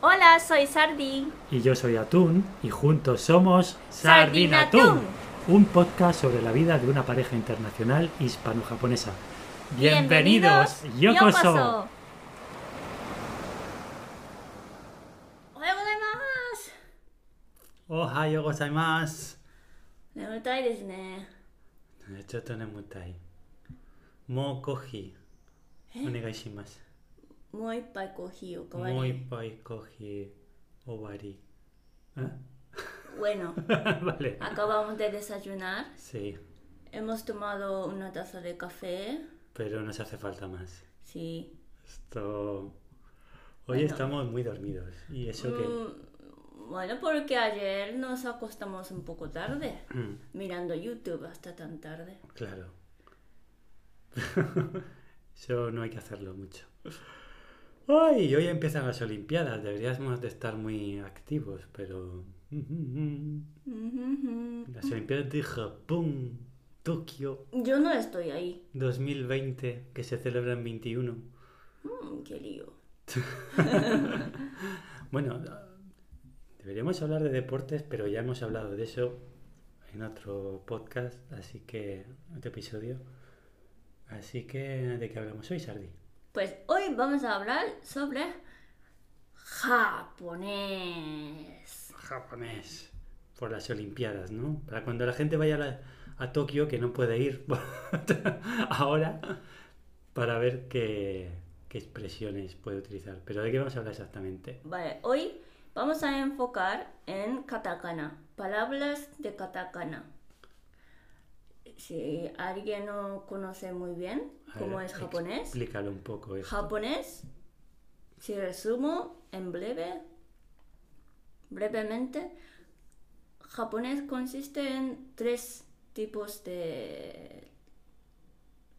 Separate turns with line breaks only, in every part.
Hola, soy Sardín.
Y yo soy Atún y juntos somos
Sardina Atún.
un podcast sobre la vida de una pareja internacional hispano-japonesa. Yokoso.
¡Hola, más!
Ohayo gozaimasu.
眠たいですね
Choto nemutai. Mo koji. Onegai shimasu.
もう一杯コーヒーおかわり
Mo ippai koji owari. ¿Eh?
Bueno,
vale.
acabamos de desayunar.
Sí,
Hemos tomado una taza de café.
pero nos hace falta más.
Sí.
Esto. Hoy estamos muy dormidos. Y eso
Mm, bueno, porque ayer nos acostamos un poco tarde.
que. Mm,
Mirando YouTube hasta tan tarde.
Claro. Eso no hay que hacerlo mucho. ¡Ay! Hoy empiezan las Olimpiadas. Deberíamos de estar muy activos, pero.
Ujujú.
Las Olimpiadas de Japón, Tokio
Yo no estoy ahí.
2020, que se celebra en 21.
Mm, qué lío.
Bueno, deberíamos hablar de deportes, pero ya hemos hablado de eso en otro podcast, así que, otro episodio. Así que, ¿de qué hablamos hoy, Sardi?
Pues hoy vamos a hablar sobre japonés.
Japonés. Por las Olimpiadas, ¿no? Para cuando la gente vaya a, la- a Tokio, que no puede ir ahora, para ver qué, qué expresiones puede utilizar. Pero ¿de qué vamos a hablar exactamente?
Vale, hoy vamos a enfocar en katakana, palabras de katakana. Si alguien no conoce muy bien
A
cómo
ver,
es japonés,
Explícalo un poco. esto.
japonés, si resumo en breve, brevemente, japonés consiste en tres tipos de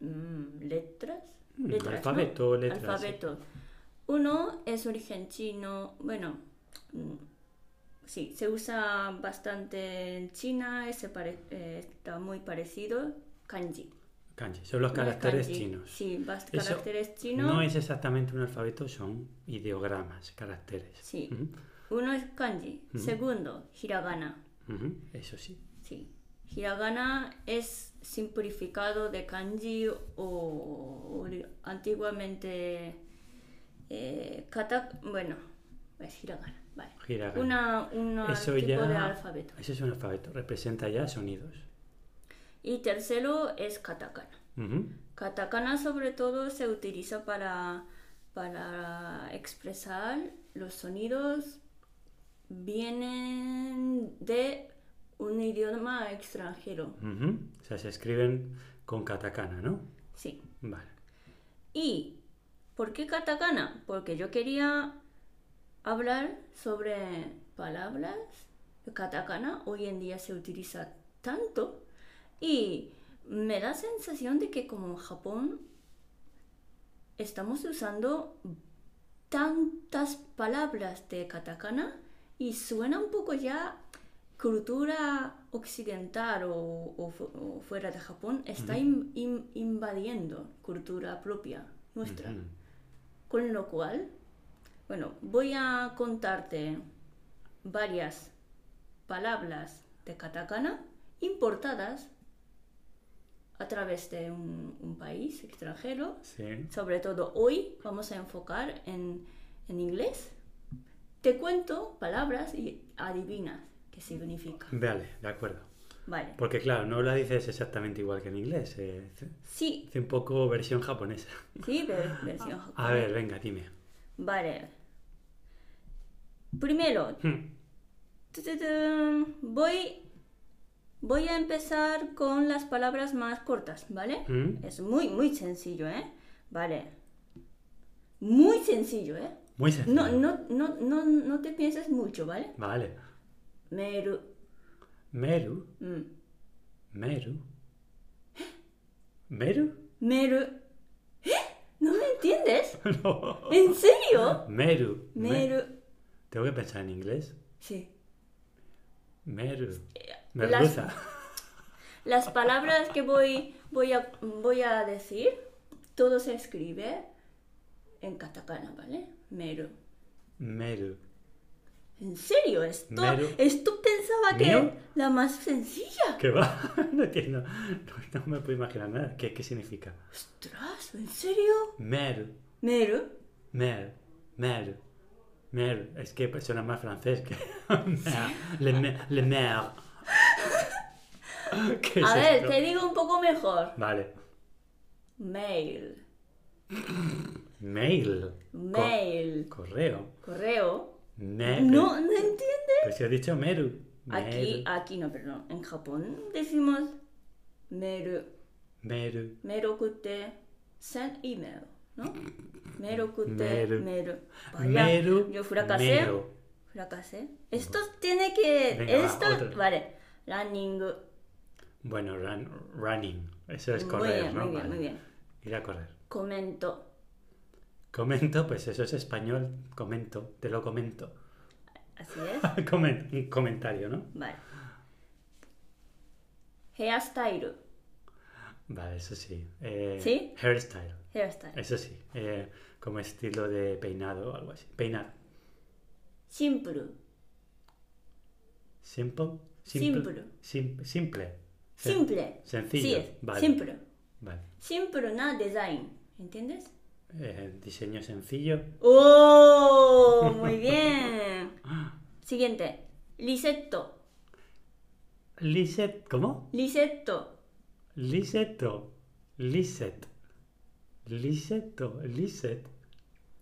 mm, letras.
Mm,
¿no?
alfabeto, letras, sí.
Alfabeto. Uno es origen chino, bueno, mm, sí, se usa bastante en China, ese pare- eh, está muy parecido, kanji.
Kanji. Son los
No es
caracteres
kanji.
chinos.
Sí, bast-
Eso
caracteres chinos.
No es exactamente un alfabeto, son ideogramas, caracteres.
Sí.
Ujú,
Uno es kanji, segundo, hiragana.
ujú, Eso sí.
Sí. Hiragana es simplificado de kanji o ori- antiguamente eh, kata, bueno, es hiragana, vale.
Hiragana.
Una, una
Eso
tipo
ya.
de alfabeto.
Eso es un alfabeto, representa ya sonidos.
Y tercero es katakana.
Ujú,
Katakana sobre todo se utiliza para, para expresar los sonidos vienen de un idioma extranjero.
ujú. O sea, se escriben con katakana, ¿no?
Sí.
Vale.
¿Y por qué katakana? Porque yo quería hablar sobre palabras. de Katakana hoy en día se utiliza tanto y me da sensación de que como en Japón estamos usando tantas palabras de katakana y suena un poco ya cultura occidental o, o fu- o fuera de Japón está in- in- invadiendo cultura propia nuestra.
Ujú.
Con lo cual, bueno, voy a contarte varias palabras de katakana importadas a través de un, un país extranjero
Sí.
sobre todo hoy vamos a enfocar en, en inglés. Te cuento palabras y adivinas qué significa.
Vale, de acuerdo.
Vale.
Porque claro, no la dices exactamente igual que en inglés. eh, hace-
Sí,
Hace un poco versión japonesa.
sí, ver- versión
A
japonesa.
ver, venga, dime.
Vale. Primero,
Hmm.
tututun, voy, voy a empezar con las palabras más cortas, ¿vale?
Mm.
Es muy, muy sencillo, ¿eh? Vale. Muy sencillo, ¿eh?
Muy sencillo.
No, no, no, no, no te pienses mucho, ¿vale?
Vale.
Meru.
Meru,
mm.
meru. ¿Meru?
Meru. ¿Eh? ¿No me entiendes?
No.
¿En serio?
Meru. me-
Meru.
Tengo que pensar en inglés.
Sí.
Meru.
las-
Merluza.
Las palabras que voy, voy, a, voy a decir, todo se escribe en katakana, ¿vale? Meru.
Meru.
¿En serio? Esto,
Mero-
esto pensaba que
¿Mero?
la más sencilla.
¿Qué va? No entiendo. No, no me puedo imaginar nada. ¿Qué, qué significa?
Ostras, ¿en serio?
Mer,
Mero.
mer, mer, mer. Es que suena más francés que. Mer, le, mer, le mer. ¿Qué es
A ver,
esto?
te digo un poco mejor.
Vale.
Mail.
Mail. Co-
Mail.
correo.
Correo.
Mer.
No, ¿no entiendes?
Pues he dicho meru.
Aquí, ah,
Meru.
aquí no, perdón. En Japón decimos mero.
Meru.
Mero kute. Send email. ¿No? Mero kute.
Mero.
Mero. Vaya,
Meru.
Yo fracasé.
Mero.
Fracasé. Esto tiene que.
Venga, va,
esto.
otro.
vale. Running.
Bueno, run- running. Eso es
Muy
correr,
bien,
¿no?
muy bien,
Vale.
muy bien.
Ir a correr.
Comento.
Comento, pues eso es español. Comento, te lo comento.
Así es.
Comen- un comentario, ¿no?
Vale. Hairstyle.
Vale, eso sí. Eh,
¿Sí?
Hairstyle.
Hairstyle.
Eso sí. Eh, como estilo de peinado o algo así. Peinar.
Simple.
Simple.
Simple.
sim- simple. Sen-
Simple.
Sencillo.
Sí, es.
Vale.
Simple.
Vale.
Simple na design. ¿Entiendes?
Eh, diseño sencillo.
¡Oh! Muy bien. Siguiente. Lisetto.
Liset. ¿Cómo?
Lisetto.
Lisetto. Liset. Lisetto. Liset.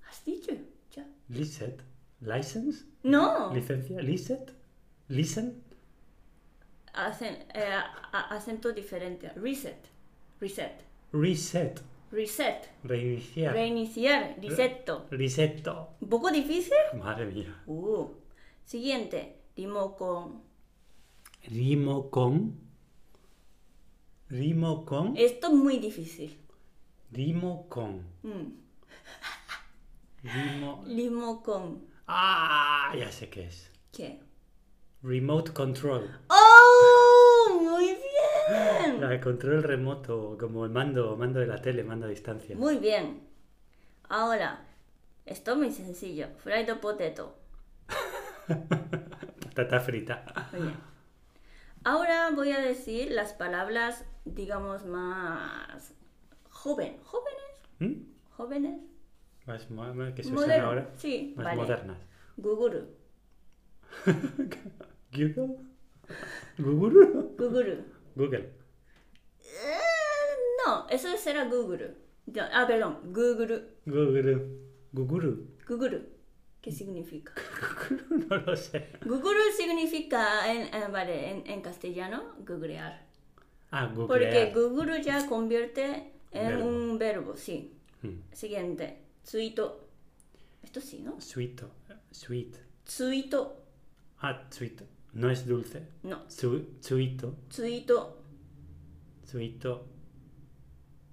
¿Has dicho? Ya.
Liset. License.
No.
Licencia. Liset. Listen.
Hacen, eh, a- a- acento diferente. Reset. Reset.
Reset.
Reset.
Reiniciar.
Reiniciar. Lisetto.
Lisetto.
¿Un poco difícil?
Madre mía.
Uh. Siguiente. Rimocon.
Rimo con. Rimo con.
Esto es muy difícil.
Rimo con.
Mm.
Rimo.
Limo con
¡Ah! Ya sé qué es.
qué.
Remote control.
¡Oh! Muy bien.
El control remoto, como el mando, mando de la tele, mando a distancia.
Muy bien. Ahora, esto es muy sencillo. Fried potato.
Patata frita.
Muy bien. Ahora voy a decir las palabras, digamos, más joven. ¿Jóvenes?
¿Mm?
¿Jóvenes?
Más, mo- más que se usan
Moderno,
ahora.
sí,
Más
vale.
modernas.
Google.
Google. Google.
Google.
Google.
Eh, no, eso será Google. No, ah, perdón. Google.
Google. Google.
Google. ¿Qué significa?
No lo sé.
Google significa, en, eh, vale, en, en castellano, googlear.
Ah,
Porque
Google.
Google ya convierte en
Verbo.
un verbo, Hmm. sí. Siguiente, suito. Esto sí, ¿no?
Suito. Sweet.
Suito,
Ah, suito. No es dulce.
no.
Su, suito.
Suito,
Suito.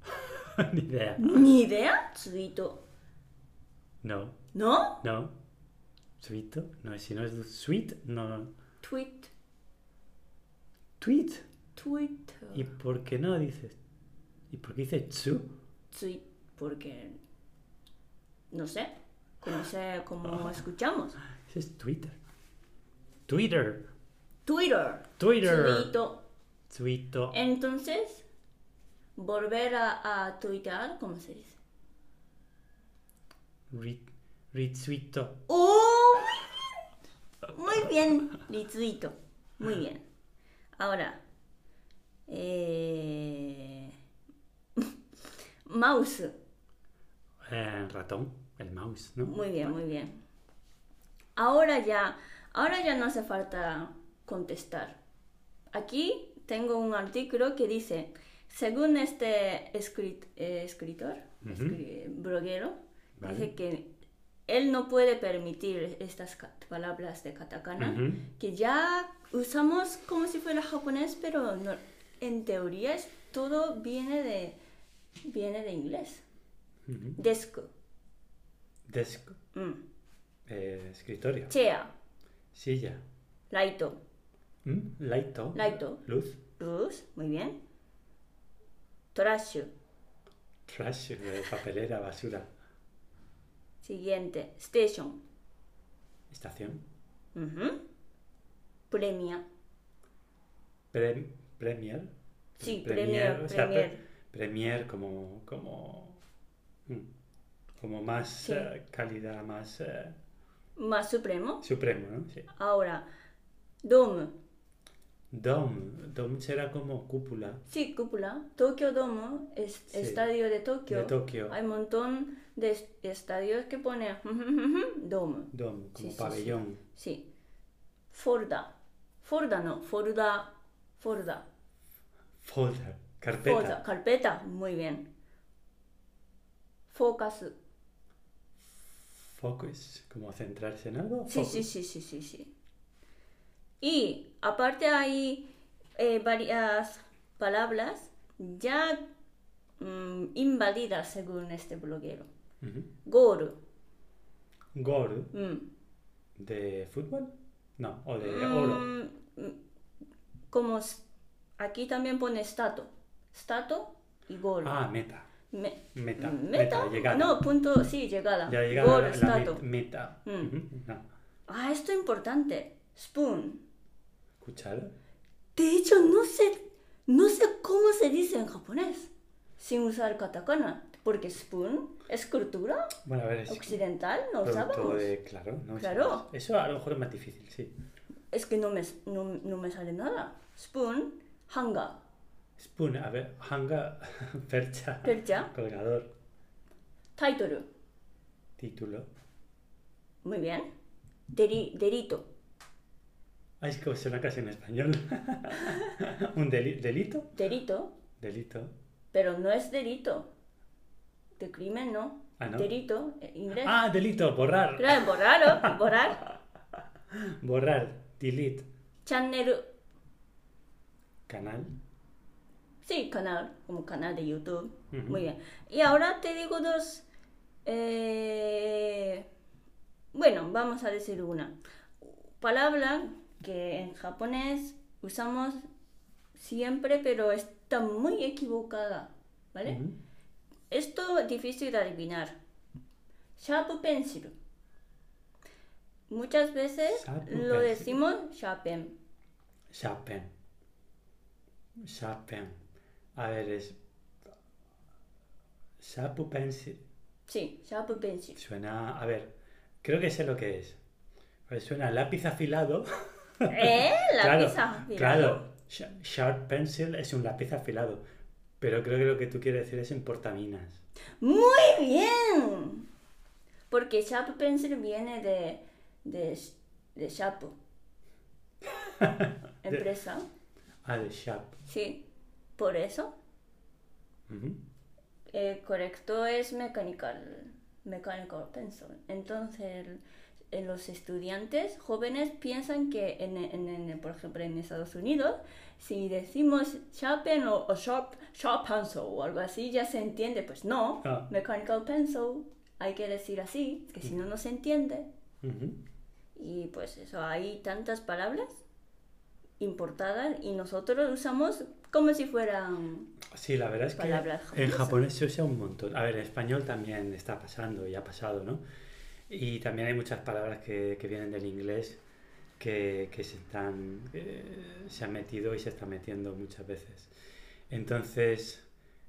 Ni idea.
ni idea. Suito,
No.
¿no?
No. Suito. No, si no es dulce. Sweet. No.
Tweet,
Tweet.
tweet.
¿Y por qué no dices? ¿Y por qué dices tsu?
Tweet, porque. No sé. No sé cómo escuchamos.
Ese es Twitter. Twitter.
Twitter.
Twitter.
Suito.
Suito.
Entonces, volver a, a tuitear, ¿cómo se dice?
Re- Retweeto.
¡Oh! Muy bien, retweet. Muy bien. Ahora, eh, mouse.
Eh, ratón. El mouse, ¿no?
Muy bien, muy bien. Ahora ya, ahora ya no hace falta contestar. Aquí tengo un artículo que dice, según este escrit- eh, escritor,
Ujú.
escri- bloguero,
Vale.
dice que él no puede permitir estas ca- palabras de katakana
Ujú.
que ya usamos como si fuera japonés, pero no- en teoría es, todo viene de viene de inglés.
Ujú.
Desk.
Desk.
mm,
Eh, escritorio.
Chair.
Silla.
Laito.
¿Mm? Laito.
Laito.
Luz.
Rus, muy bien. Trash.
Trash. eh, papelera, basura.
Siguiente. Station.
Estación.
Ujú. Premia.
Pre- premier.
Sí, premier,
o sea, pre-
premier.
premier como, como, mm, como más
Sí.
eh, calidad, más eh,
Más supremo.
supremo, ¿no? Sí.
Ahora, dome.
Dome, dome será como cúpula.
Sí, cúpula. Tokio Domo es
Sí,
estadio de Tokio.
de Tokio.
Hay un montón de est- estadios que pone Domo.
Dome,
Sí,
como
sí,
pabellón.
Sí. Forda. Forda no, Forda. Forda.
Folder, carpeta.
Forda. Carpeta. Muy bien. Focus.
Focus, como centrarse en algo.
Sí,
Focus.
sí, sí, sí, sí, sí. Y aparte hay eh, varias palabras ya mm, inválidas según este bloguero.
Ujú.
Gol.
Gol
Mm.
de fútbol. No, o de Eh, oro.
Mm, mm, como s- aquí también pone stato. Stato y gol.
Ah, meta.
Me-
Meta,
meta.
meta, llegada.
No, punto, sí, llegada.
Ya llega
gol,
la, la
stato.
met- meta.
Mm.
Ujú, no.
Ah, esto es importante. Spoon.
Cuchara.
De hecho, no sé, no sé cómo se dice en japonés sin usar katakana, porque spoon es cultura
Bueno, a ver, es
occidental, no
producto
usábamos.
de... Claro, no
Claro.
usamos. Eso a lo mejor es más difícil, sí.
Es que no me, no, no me sale nada. Spoon, hanga,
Spoon, a ver, hanga, percha,
Percha.
colgador,
title,
título.
muy bien. Deri- derito,
Ay, es que suena casi en español. ¿Un deli- delito?
derito,
Delito.
pero no es delito. De crimen, no.
Ah, ¿no?
Derito, eh, inglés.
Ah, delito, borrar.
Claro, borrar, borrar.
Borrar, delete,
Channel,
canal.
Sí, canal, como canal de YouTube.
Ujú.
Muy bien. Y ahora te digo dos. eh, bueno, vamos a decir una. Palabra que en japonés usamos siempre, pero está muy equivocada. ¿Vale?
Ujú.
Esto es difícil de adivinar. Sharp pencil. Muchas veces
Sharp
lo
pencil.
decimos sharpen.
Sharpen. Sharpen. A ver, es. Sharp pencil.
Sí, sharp pencil.
Suena. A ver, creo que sé lo que es. A ver, suena a lápiz afilado.
¿Eh? La
claro,
pizza. mira.
Claro. Sha- Sharp pencil es un lápiz afilado. Pero creo que lo que tú quieres decir es en portaminas.
Muy bien. Porque Sharp Pencil viene de, de, de Sharp. Empresa.
Ah, de sharp.
Sí. Por eso,
Ujú.
eh, correcto es mechanical, mechanical pencil. Entonces, eh, los estudiantes jóvenes piensan que, en, en- en- por ejemplo, en Estados Unidos, si decimos Sharp Pen o, o sharp, sharp pencil o algo así, ya se entiende. Pues no,
Ah.
mechanical pencil hay que decir así, que si no, no se entiende.
Ujú.
Y pues eso, hay tantas palabras importadas y nosotros usamos como si um, fueran...
Sí, la verdad es que
Palabras
en
japonesas.
japonés se usa un montón. A ver, en español también está pasando y ha pasado, ¿no? Y también hay muchas palabras que, que vienen del inglés que, que se están, eh, se han metido y se están metiendo muchas veces. Entonces,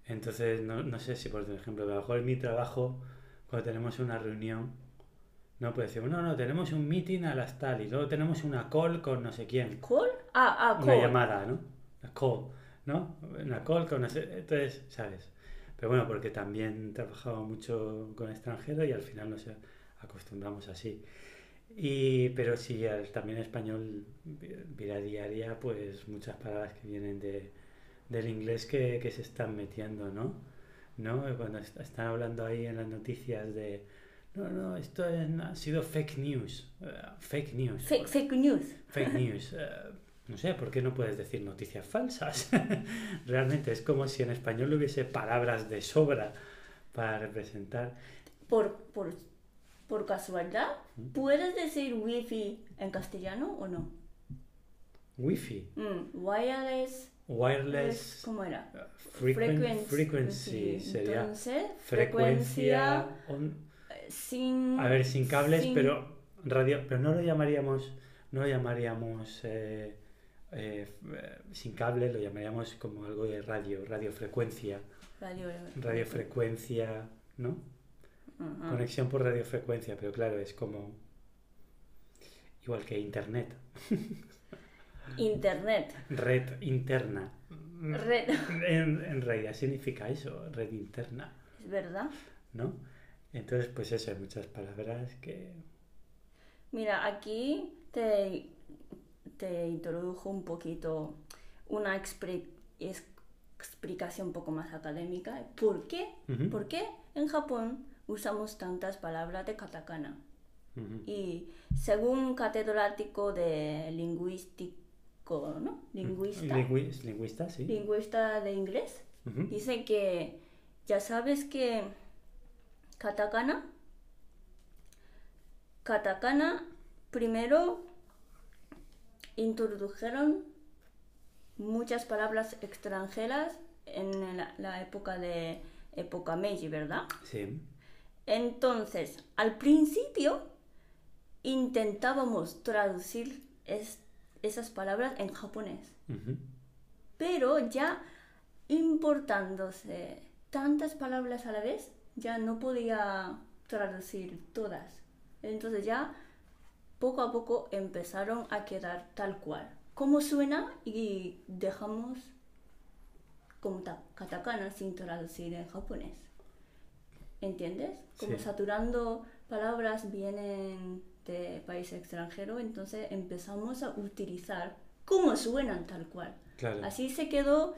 entonces no, no sé si, por ejemplo, a lo mejor en mi trabajo, cuando tenemos una reunión, no pues decimos, no, no, tenemos un meeting a las tal y luego tenemos una call con no sé quién
¿Call? Ah, ah,
una
call.
llamada, ¿no? Una call, ¿no? Una call con... ese- Entonces, ¿sabes? Pero bueno, porque también trabajaba mucho con extranjeros y al final nos acostumbramos así. Y, pero sí, al- también español, vi- vida diaria, pues muchas palabras que vienen de, del inglés que, que se están metiendo, ¿no? ¿No? Cuando est- están hablando ahí en las noticias de... No, no, esto es- ha sido fake news. eh, fake news.
Fake, fake news.
Fake news. eh, no sé, ¿por qué no puedes decir noticias falsas? Realmente es como si en español hubiese palabras de sobra para representar.
Por, por, por casualidad, ¿puedes decir wifi en castellano o no?
Wi-Fi,
Mm, wireless. pues,
wireless,
¿Cómo era?
eh, frequen-
Frequency.
frequency sería
Entonces,
frecuencia. on-
eh, sin.
a ver, sin cables,
sin-
pero radio, pero no lo llamaríamos no lo llamaríamos eh, eh, f- eh, sin cable, lo llamaríamos como algo de radio, radiofrecuencia,
Radio.
radiofrecuencia, ¿no?
Ajá.
Conexión por radiofrecuencia, pero claro, es como igual que internet,
Internet.
red interna.
Red.
En, en realidad significa eso, red interna,
Es verdad.
¿no? Entonces, pues eso, hay muchas palabras que...
Mira, aquí te, te introdujo un poquito una expre- es- explicación un poco más académica. ¿Por qué?
Ujú.
¿Por qué en Japón usamos tantas palabras de katakana?
Ujú.
Y según catedrático de lingüístico, ¿no? Lingüista,
Lingüis- lingüista, sí.
lingüista de inglés,
Ujú.
dice que ya sabes que katakana, katakana primero introdujeron muchas palabras extranjeras en la, la época de época Meiji, ¿verdad?
Sí.
Entonces, al principio intentábamos traducir es- esas palabras en japonés,
Ujú.
pero ya importándose tantas palabras a la vez, ya no podía traducir todas. Entonces ya poco a poco empezaron a quedar tal cual. Como suena y dejamos como ta- katakana sin traducir en japonés. ¿Entiendes? Como
Sí.
saturando palabras vienen de país extranjero, entonces empezamos a utilizar como suenan tal cual.
Claro.
Así se quedó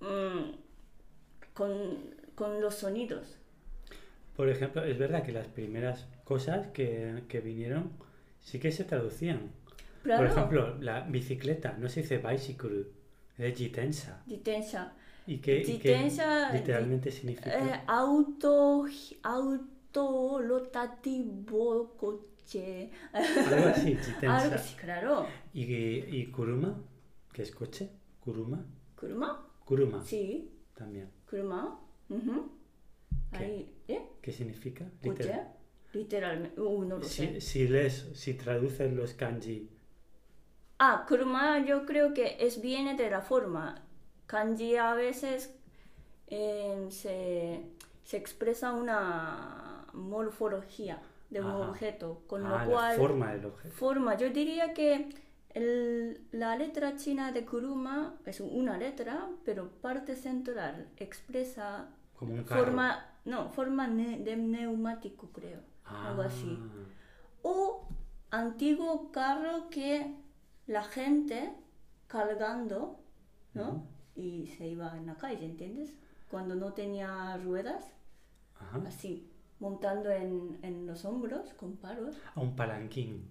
mm, con, con los sonidos.
Por ejemplo, es verdad que las primeras cosas que, que vinieron sí que se traducían.
Claro,
Por ejemplo, la bicicleta, no se dice bicycle, es jitensa.
jitensha.
Y que, y que
Jitensa,
literalmente significa...
Eh, auto, auto rotativo coche.
Algo así,
Algo
jitensa.
así, claro.
Y, y kuruma, que es coche, kuruma,
Kuruma.
kuruma
Sí,
también.
kuruma. Ujú.
¿Qué?
Ahí, ¿eh?
¿Qué significa?
Coche.
Literal-
Literalmente. Uh, no lo
Si,
sé.
si lees, si traducen los kanji,
Ah, kuruma yo creo que es viene de la forma. Kanji a veces eh, se, se expresa una morfología de un
Ajá.
objeto, con
ah,
lo cual
la forma del objeto.
forma. Yo diría que el- la letra china de Kuruma es una letra, pero parte central expresa
Como un carro.
forma, no, forma ne- de neumático, creo, algo así.
Ah.
O antiguo carro que la gente cargando, ¿no? Y se iba en la calle, ¿entiendes? Cuando no tenía ruedas,
Ajá.
así, montando en, en los hombros con palos.
A un palanquín.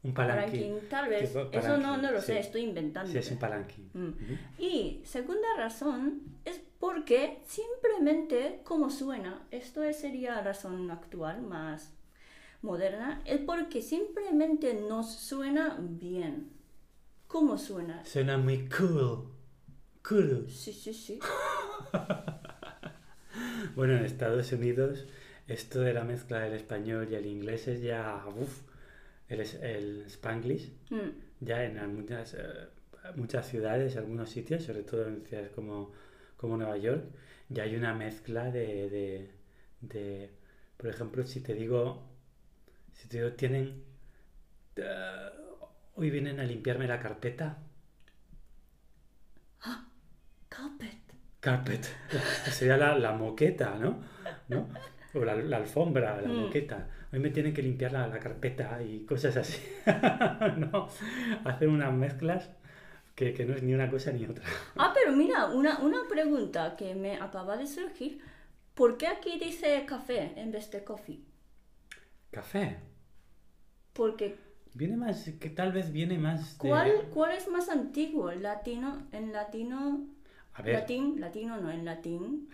Un
Palanquín,
palanquín.
tal vez.
Tipo
Eso no,
palanquín,
no lo sé,
sí.
estoy inventando.
Sí, es un palanquín.
Mm.
Ujú.
Y segunda razón es porque simplemente como suena, esto es- sería razón actual más moderna, es porque simplemente nos suena bien. ¿Cómo suena?
Suena muy cool. Cool.
Sí, sí, sí.
Bueno, en Estados Unidos, esto de la mezcla del español y el inglés es ya. Uf, el, es- el spanglish.
Mm,
Ya en algunas, eh, muchas ciudades, algunos sitios, sobre todo en ciudades como, como Nueva York, ya hay una mezcla de, de, de- Por ejemplo, si te digo. Si te digo, tienen. eh, hoy vienen a limpiarme la carpeta.
Carpet.
Carpet. Sería la, la moqueta, ¿no? ¿No? O la, la alfombra, la
Mm.
moqueta. Hoy me tienen que limpiar la, la carpeta y cosas así. ¿No? Hacen unas mezclas que, que no es ni una cosa ni otra.
Ah, pero mira, una, una pregunta que me acaba de surgir. ¿Por qué aquí dice café en vez de coffee?
Café.
Porque
Viene más, que tal vez viene más de...
¿Cuál, ¿Cuál es más antiguo? ¿El latino? ¿En latino?
A ver,
¿Latín? ¿Latino no en latín?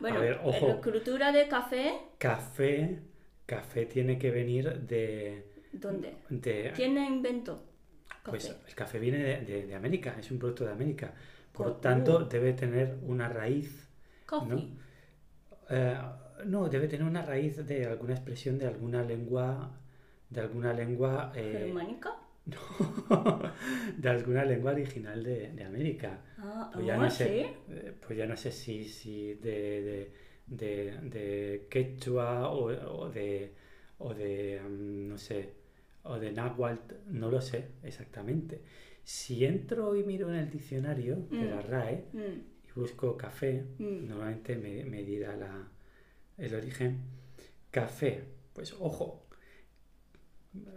Bueno,
A ver, ojo.
la cultura de café,
café, café tiene que venir de...
¿dónde?
de
¿Quién la inventó? Café.
Eh. Pues el café viene de, de- de América, es un producto de América.
Co-
Por tanto, debe tener una raíz.
Coffee.
Eh, no, debe tener una raíz de alguna expresión de alguna lengua, de alguna lengua eh,
¿Germánica?
de alguna lengua original de, de América.
Ah,
Pues ya
oh,
no
sí.
sé, eh, pues ya no sé si, si de, de, de, de quechua o, o de, o de, mm, no sé, o de náhuatl, no lo sé exactamente. Si entro y miro en el diccionario de la
Mm.
RAE
Mm,
y busco café,
Mm.
normalmente me, me dirá la- el origen. Café, pues ojo,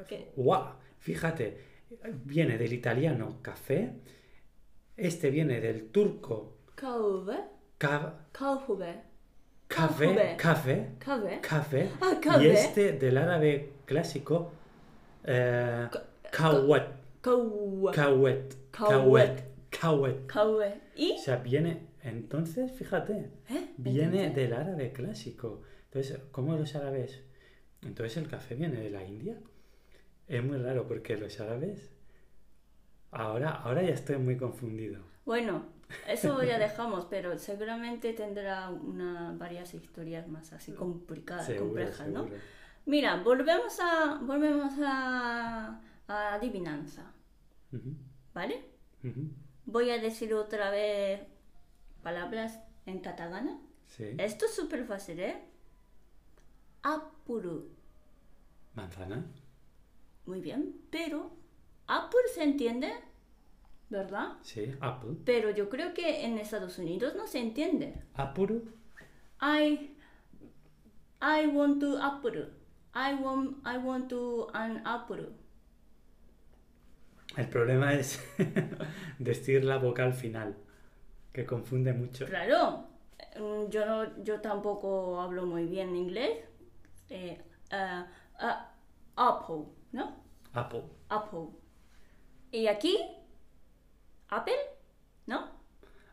que-
¡Guau! Fíjate, viene del italiano café, este viene del turco
Kahve,
ca-
kahve,
café,
Café.
café,
kahve.
café,
Ah,
y
café.
este del árabe clásico, eh,
Ca-
kawet,
Kahwe.
kawet, kawet,
Kawet.
kawet.
Kahwe.
O
¿Y?
sea, viene, entonces, fíjate,
¿Eh?
viene
Entonces,
del árabe clásico. Entonces, ¿cómo los árabes? Entonces el café viene de la India. Es muy raro porque los árabes... Ahora, ahora ya estoy muy confundido.
Bueno, eso ya dejamos, pero seguramente tendrá una, varias historias más así complicadas,
Seguro,
complejas,
seguro.
Ah, ¿no? Mira, volvemos a, volvemos a, a adivinanza,
Ujú,
¿vale?
ujú.
Voy a decir otra vez palabras en catalana.
Sí.
Esto es súper fácil, ¿eh? Apuru.
Manzana.
Muy bien, pero apur se entiende, ¿verdad?
Sí. Apple.
Pero yo creo que en Estados Unidos no se entiende.
Apuru.
I I want to apple. I want I want to an apple.
El problema es decir la vocal final, que confunde mucho.
Claro, mm, yo no, yo tampoco hablo muy bien inglés. Eh, ah, ah, apple, ¿no?
Apple.
Apple. Y aquí Apple, ¿no?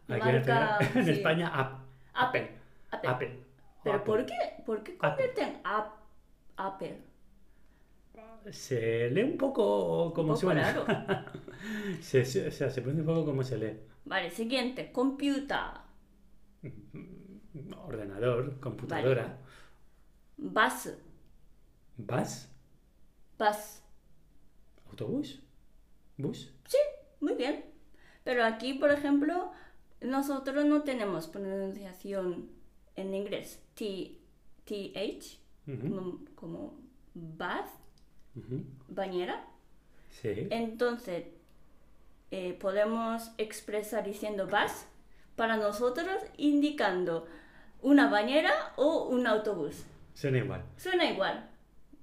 Aquí en,
Marca,
España- en
sí.
España, ap-
Apple. Apple.
Apple.
Pero
Apple.
¿por qué? ¿Por qué convierten a Apple?
Se lee un poco como
Un poco
suena.
raro.
Se, se- o sea, se pronuncia un poco como se lee.
Vale, siguiente, computer,
Ordenador, computadora.
bus,
Bus,
bus.
autobús, bus.
Sí, muy bien. Pero aquí, por ejemplo, nosotros no tenemos pronunciación en inglés. T, TH,
Ujú,
como, como bath,
ujú.
bañera.
Sí.
Entonces, eh, podemos expresar diciendo bath para nosotros indicando una bañera o un autobús.
Suena igual.
Suena igual.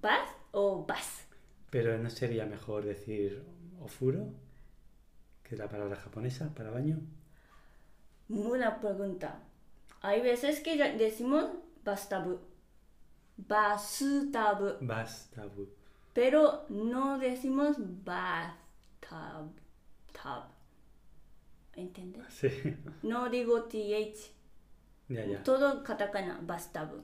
Bath o bus.
Pero ¿no sería mejor decir ofuro? Que es la palabra japonesa para baño.
Una pregunta. Hay veces que ya- decimos bastabu. Bastabu.
Bastabu.
Pero no decimos bathtub. Tub. ¿Entiendes?
Sí.
No digo th.
ya, ya.
Todo katakana. Bastabu.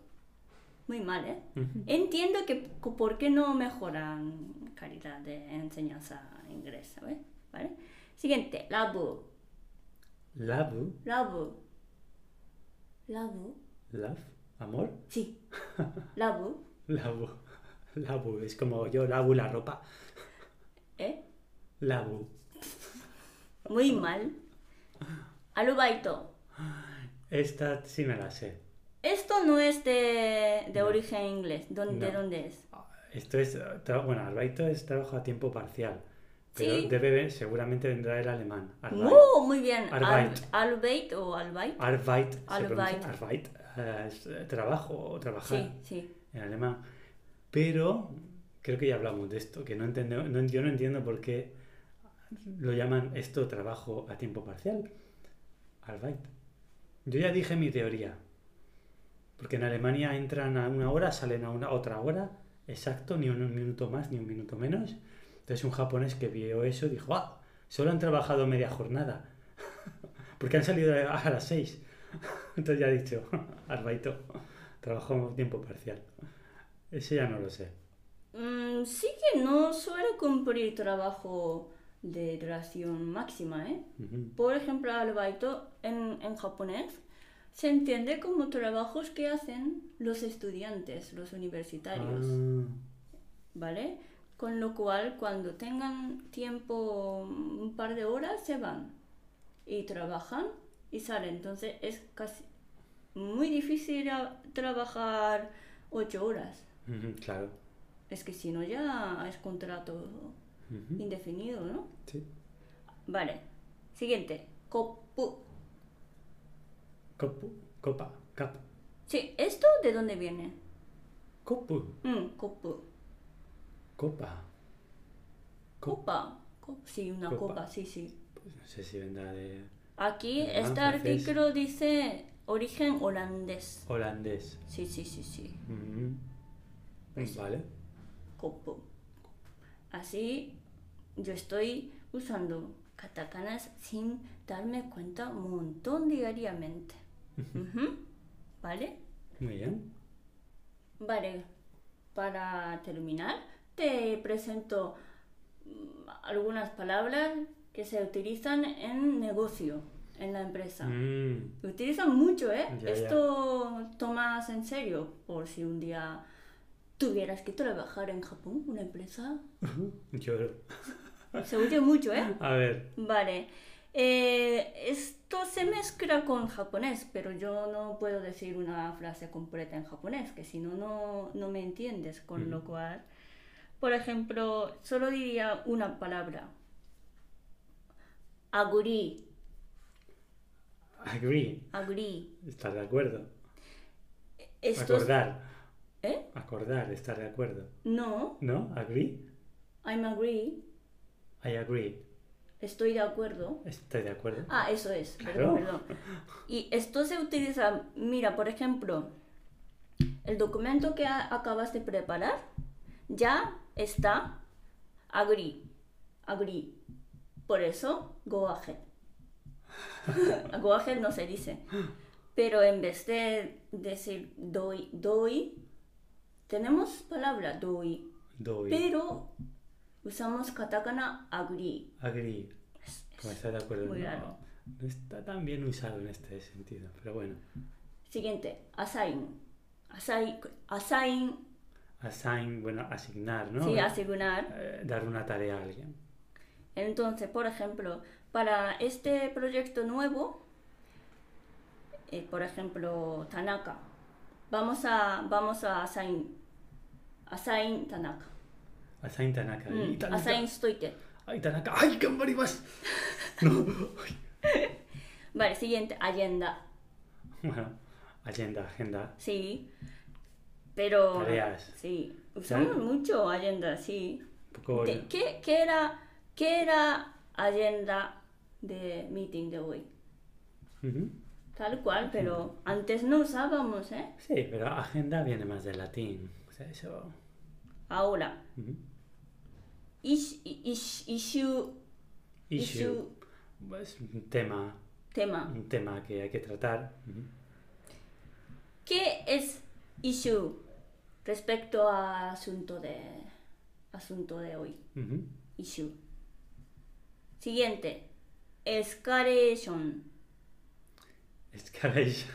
Muy mal, ¿eh?
Ujú.
Entiendo que c- por qué no mejoran calidad de enseñanza inglés, ¿sabes? ¿Vale? Siguiente. Labu.
Labu,
Labu. Labu.
love, amor.
Sí. Labu.
Labu. Labu. Es como yo lavu la ropa.
¿Eh?
Labu.
Muy mal. Alubaito.
Esta sí me la sé.
Esto no es de, de
No.
origen inglés. ¿Dónde, ¿De
No.
dónde es?
Esto es, tra- bueno, Arbeito es trabajo a tiempo parcial, pero
Sí.
debe, ver- seguramente vendrá el alemán. Arbeit.
¡Oh, muy bien. Al-
Arbeit.
Albeit o Albeit.
Arbeit, se
Arbeit.
pronuncia Arbeit, eh, es, eh, trabajo o trabajar
Sí, sí.
en alemán. Pero creo que ya hablamos de esto, que no entende- no, yo no entiendo por qué lo llaman esto trabajo a tiempo parcial. Arbeit. Yo ya dije mi teoría, porque en Alemania entran a una hora, salen a una otra hora, exacto, ni un, un minuto más, ni un minuto menos. Entonces un japonés que vio eso dijo, ah, solo han trabajado media jornada, porque han salido a a las seis. Entonces ya he dicho, Arbaito, trabajo a tiempo parcial. Ese ya no lo sé.
Mm, sí que no suele cumplir trabajo de duración máxima, ¿eh?
Ujú.
Por ejemplo, albaito en, en japonés se entiende como trabajos que hacen los estudiantes, los universitarios.
Ah,
¿vale? Con lo cual, cuando tengan tiempo, un par de horas, se van y trabajan y salen. Entonces es casi muy difícil a- trabajar ocho horas.
Ujú, Claro.
Es que si no ya es contrato
Ujú,
indefinido, ¿no?
Sí.
Vale. Siguiente. Copu.
Copu, copa, cap.
Sí, ¿esto de dónde viene?
Copu,
Mm, copu.
copa. Cop-
Copa. Co- Sí, una
Copa.
copa. sí, sí.
pues no sé si vendrá de
Aquí
Alemán,
este
francés.
artículo dice origen holandés.
holandés.
Sí, sí, sí, sí.
Ujú.
Pues-
Vale.
Copo. Así yo estoy usando katakanas sin darme cuenta un montón diariamente. Ujú. ¿Vale?
Muy bien.
Vale. Para terminar, te presento mm, algunas palabras que se utilizan en negocio, en la empresa.
Mm,
Lo utilizan mucho, ¿eh?
Ya, ya.
Esto tomas en serio por si un día tuvieras que trabajar en Japón, una empresa.
Lloro.
Se oye mucho, ¿eh?
A ver.
Vale. Eh, esto se mezcla con japonés, pero yo no puedo decir una frase completa en japonés, que si no, no, no me entiendes, con lo cual, por ejemplo, solo diría una palabra. Agree,
Agree.
agree.
Estar de acuerdo.
Esto es-
Acordar.
¿Eh?
Acordar, estar de acuerdo.
No,
¿No? Agree.
I'm agree.
I agree.
Estoy de acuerdo.
Estoy de acuerdo.
Ah, eso es,
Claro.
perdón, perdón. Y esto se utiliza, mira, por ejemplo, el documento que a- acabas de preparar ya está agree, agree. Por eso, go ahead. go ahead no se dice. Pero en vez de decir doy, doy, tenemos palabra doy,
Doy.
pero usamos katakana agree.
Agree.
Es- es-
Como estar de acuerdo.
Muy
no,
raro.
no está tan bien usado en este sentido. Pero bueno.
Siguiente, assign. Assign, assign
Assign, Ah, bueno, asignar, ¿no?
sí, asignar.
Eh, dar una tarea a alguien.
Entonces, por ejemplo, para este proyecto nuevo, eh, por ejemplo, Tanaka, vamos a, vamos a assign. Assign Tanaka.
Assign Tanaka.
Mm,
Y Tanaka.
assign stoite.
¡Ay, Tanaka! ¡Ay, gambarimas! No. Ay.
Vale, siguiente, agenda.
Bueno, agenda, agenda.
Sí. Pero.
Tareas.
Sí. Usamos
Tal-
mucho agenda, sí.
Un poco.
¿Qué- ¿Qué, qué era, ¿Qué era agenda de meeting de hoy?
Ujú.
Tal cual, pero antes no usábamos, ¿eh?
Sí, pero agenda viene más del latín. O sea, eso.
Ahora,
Ujú.
ish- ish- issue,
Issue.
issue,
Es un tema,
tema.
un tema que hay que tratar. Ujú.
¿Qué es issue respecto a asunto de, asunto de hoy?
Ujú.
Issue. Siguiente, escalation.
Escalation.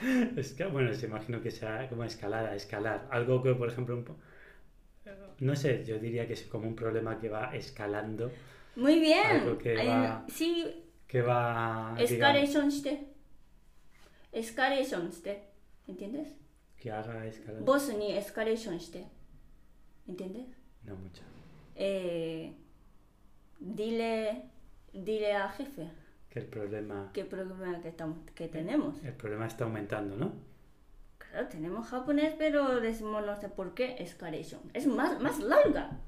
Esca- bueno, se imagino que sea como escalada, escalar. Algo que, por ejemplo, un po- no sé, yo diría que es como un problema que va escalando,
Muy bien.
Algo que
Ay,
va-
Sí,
Ah, que va, digamos,
escalation して。escalation して。¿Entiendes?
que haga escalada.
Vos ni escalation して。¿Entiendes?
No mucho.
Eh, dile, dile a jefe
Que el problema,
qué problema que, estamos, que tenemos.
el problema está aumentando, ¿no?
Claro, tenemos japonés, pero decimos no sé por qué escalation. Es más, más larga.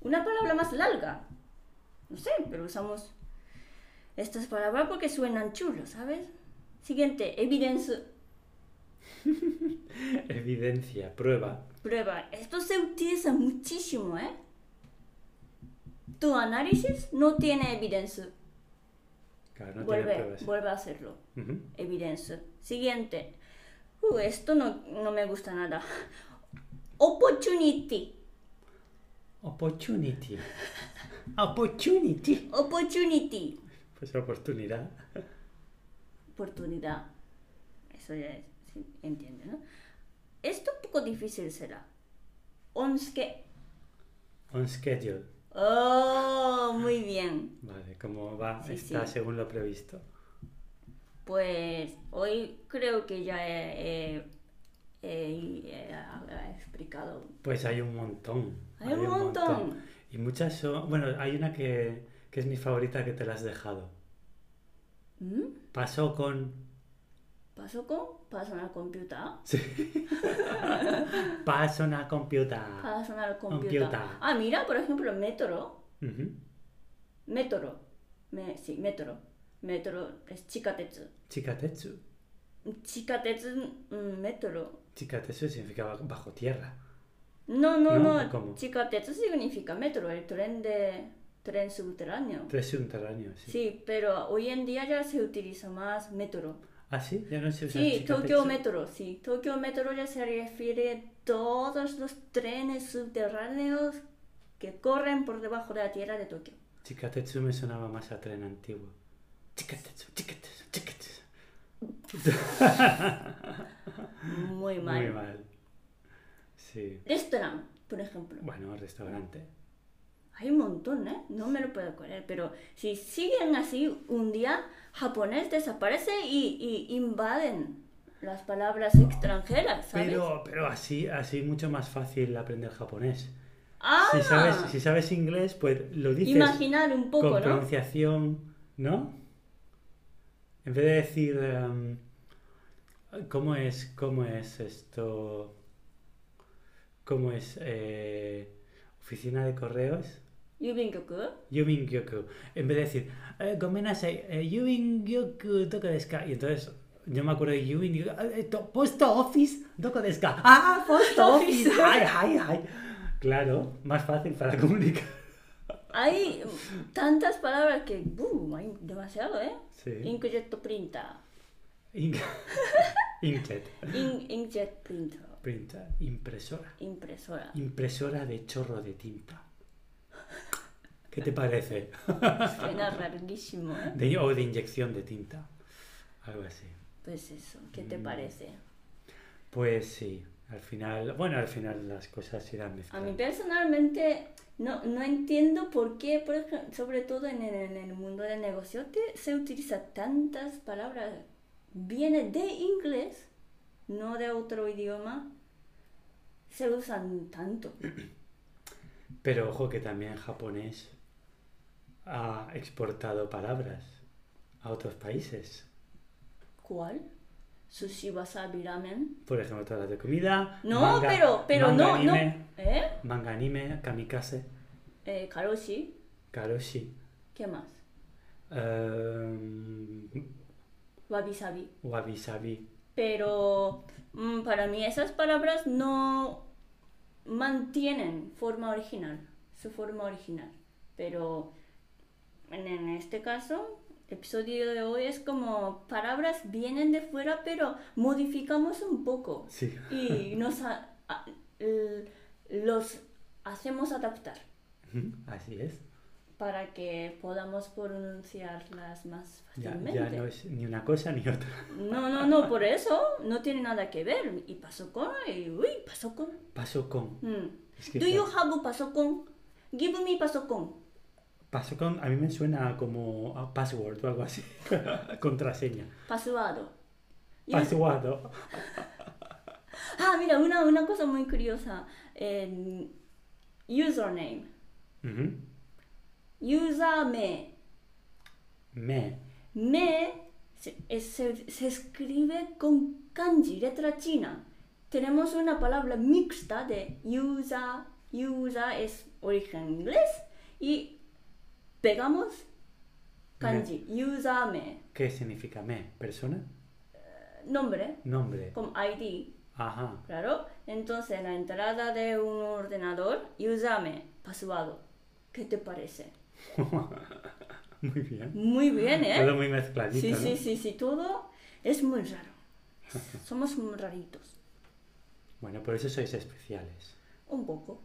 Una palabra más larga. No sé, pero usamos estas palabras porque suenan chulos, ¿sabes? Siguiente, evidence.
Evidencia, prueba.
Prueba, esto se utiliza muchísimo, ¿eh? Tu análisis no tiene evidencia.
Claro, no tiene
vuelve,
pruebas.
vuelve a hacerlo.
Ujú.
Evidencia. Siguiente. Uh, esto no, no me gusta nada. Opportunity.
Opportunity. Opportunity.
Opportunity.
Pues oportunidad.
Oportunidad. Eso ya es- sí, entiende, ¿no? Esto un poco difícil será. Onsuke.
On schedule.
Oh, muy bien.
Vale, como va,
Sí,
está
sí.
según lo previsto.
Pues hoy creo que ya he, he- he- he- he explicado.
Pues hay un montón.
Hay un montón.
Y muchas son. Bueno, hay una que, que es mi favorita que te la has dejado.
¿Mm?
Pasó con.
¿Paso con? ¿Paso en la computa?
Sí. Paso una computa.
¿Paso en la
Computa.
computa? Ah, mira, por ejemplo, metro.
Ujú.
Metro. Me, sí, metro. Metro es chikatetsu.
Chikatetsu.
Chikatetsu, mm, metro.
Chikatetsu significa ba- bajo tierra.
No, no,
No,
no.
¿cómo?
Chikatetsu significa metro, el tren de tren subterráneo.
Tres subterráneos. Sí.
Sí, pero hoy en día ya se utiliza más metro.
¿Ah, sí? Ya no se usa
Sí,
chikatetsu.
Tokio Metro, sí. Tokio Metro ya se refiere a todos los trenes subterráneos que corren por debajo de la tierra de Tokio.
Chikatetsu me sonaba más a tren antiguo. Chikatetsu, chikatetsu, chikatetsu.
Muy mal.
Muy mal. Sí.
Restaurant, por ejemplo.
Bueno, restaurante.
Hay un montón, ¿eh? No me lo puedo creer, pero si siguen así, un día japonés desaparece y, y invaden las palabras extranjeras, ¿sabes?
Pero, pero así, así mucho más fácil aprender japonés.
¡Ah!
Si sabes, si sabes inglés, pues lo dices
Imaginar un poco,
con
¿no?
pronunciación, ¿no? En vez de decir em, cómo es, cómo es esto, cómo es eh, oficina de correos,
Yubinkoku.
Yumin Gyoku. En vez de decir, eh, gomenasai, eh, Yumin Gyoku, doko desu ka?" Y entonces yo me acuerdo de Yumin Gyoku, "Ah, eh, to- post office, doko desu ka?" ¡Ah, post office! ¡Ay, ay, ay! Claro, más fácil para comunicar.
Hay tantas palabras que, ¡boom! Hay demasiado, ¿eh?
Sí.
Inkjet printer.
Ink- Inkjet.
In- inkjet printer.
Printer. Impresora.
Impresora.
Impresora de chorro de tinta. ¿Qué te parece?
Suena larguísimo, ¿eh?
De- o de inyección de tinta. Algo así.
Pues eso, ¿qué te parece?
Pues sí, al final, bueno, al final las cosas se irán
A mí
mezclando.
personalmente no, no entiendo por qué, por ejemplo, sobre todo en el, en el mundo del negocio, te- se utiliza tantas palabras. Viene de inglés, no de otro idioma. Se usan tanto.
Pero ojo que también japonés ha exportado palabras a otros países.
¿Cuál? Sushi, wasabi, ramen.
Por ejemplo, todas las de comida.
No,
manga-
pero, pero
manga
no,
anime,
no. ¿Eh?
Manga anime, kamikaze,
Eh, Karoshi,
karoshi,
¿qué más?
em,
Wabi sabi.
wabi sabi.
Pero mm, para mí esas palabras no mantienen forma original, su forma original. Pero en, en este caso, el episodio de hoy es como palabras vienen de fuera, pero modificamos un poco
Sí,
y nos a- a- l- los hacemos adaptar
así es.
para que podamos pronunciarlas más
Ya,
fácilmente.
ya no es ni una cosa ni otra.
No, no, no, por eso no tiene nada que ver. Y pasó con, y uy, pasó con.
Paso con.
Mm.
Es que
Do you
pa-
have pasó con? Give me pasó con.
paso con a mí me suena como a password o algo así. Contraseña.
Password. Y-
Password. ¿no?
Ah, mira, una, una cosa muy curiosa. Eh, username.
Ujú.
Username.
Me.
Me se, es- se- se escribe con kanji, letra china. Tenemos una palabra mixta de user, user es origen inglés y pegamos kanji, user me,
¿Qué significa me? ¿Persona?
nombre,
Nombre.
con ID,
Ajá.
claro. Entonces, la entrada de un ordenador, user me, password. ¿Qué te parece?
Muy bien.
Muy bien, ¿eh?
Todo muy mezcladito,
Sí,
¿no?
sí, sí, sí, todo es muy raro. Somos muy raritos.
Bueno, por eso sois especiales.
Un poco.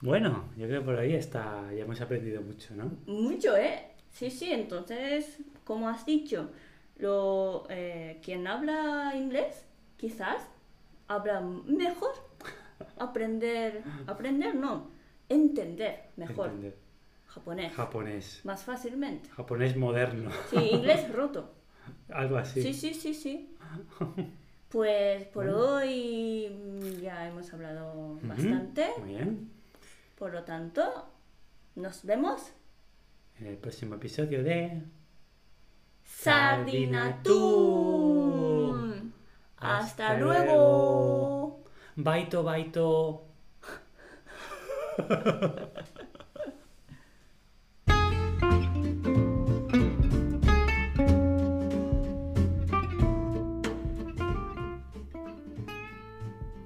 Bueno, yo creo que por ahí está, ya hemos aprendido mucho, ¿no?
Mucho, ¿eh? Sí, sí, entonces, como has dicho, lo, eh, quien habla inglés quizás habla mejor aprender, aprender no, entender mejor
Entender.
japonés
Japonés.
más fácilmente.
Japonés moderno.
Sí, inglés roto.
Algo así.
Sí, sí, sí, sí. Pues por hoy mm, ya hemos hablado
Ujú,
bastante,
Muy bien.
por lo tanto, nos vemos.
En el próximo episodio de...
Sardinatum. Hasta
Hasta
luego.
luego. Baito, baito.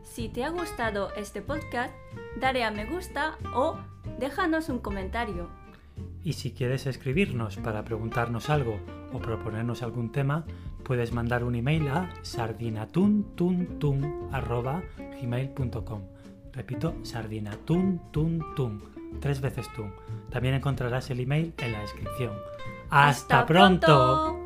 Si te ha gustado este podcast, dale a me gusta o déjanos un comentario.
Y si quieres escribirnos para preguntarnos algo o proponernos algún tema, puedes mandar un email a sardinatuntuntun@gmail.com. Repito, sardinatuntuntun, tres veces tun. También encontrarás el email en la descripción. ¡Hasta, pronto!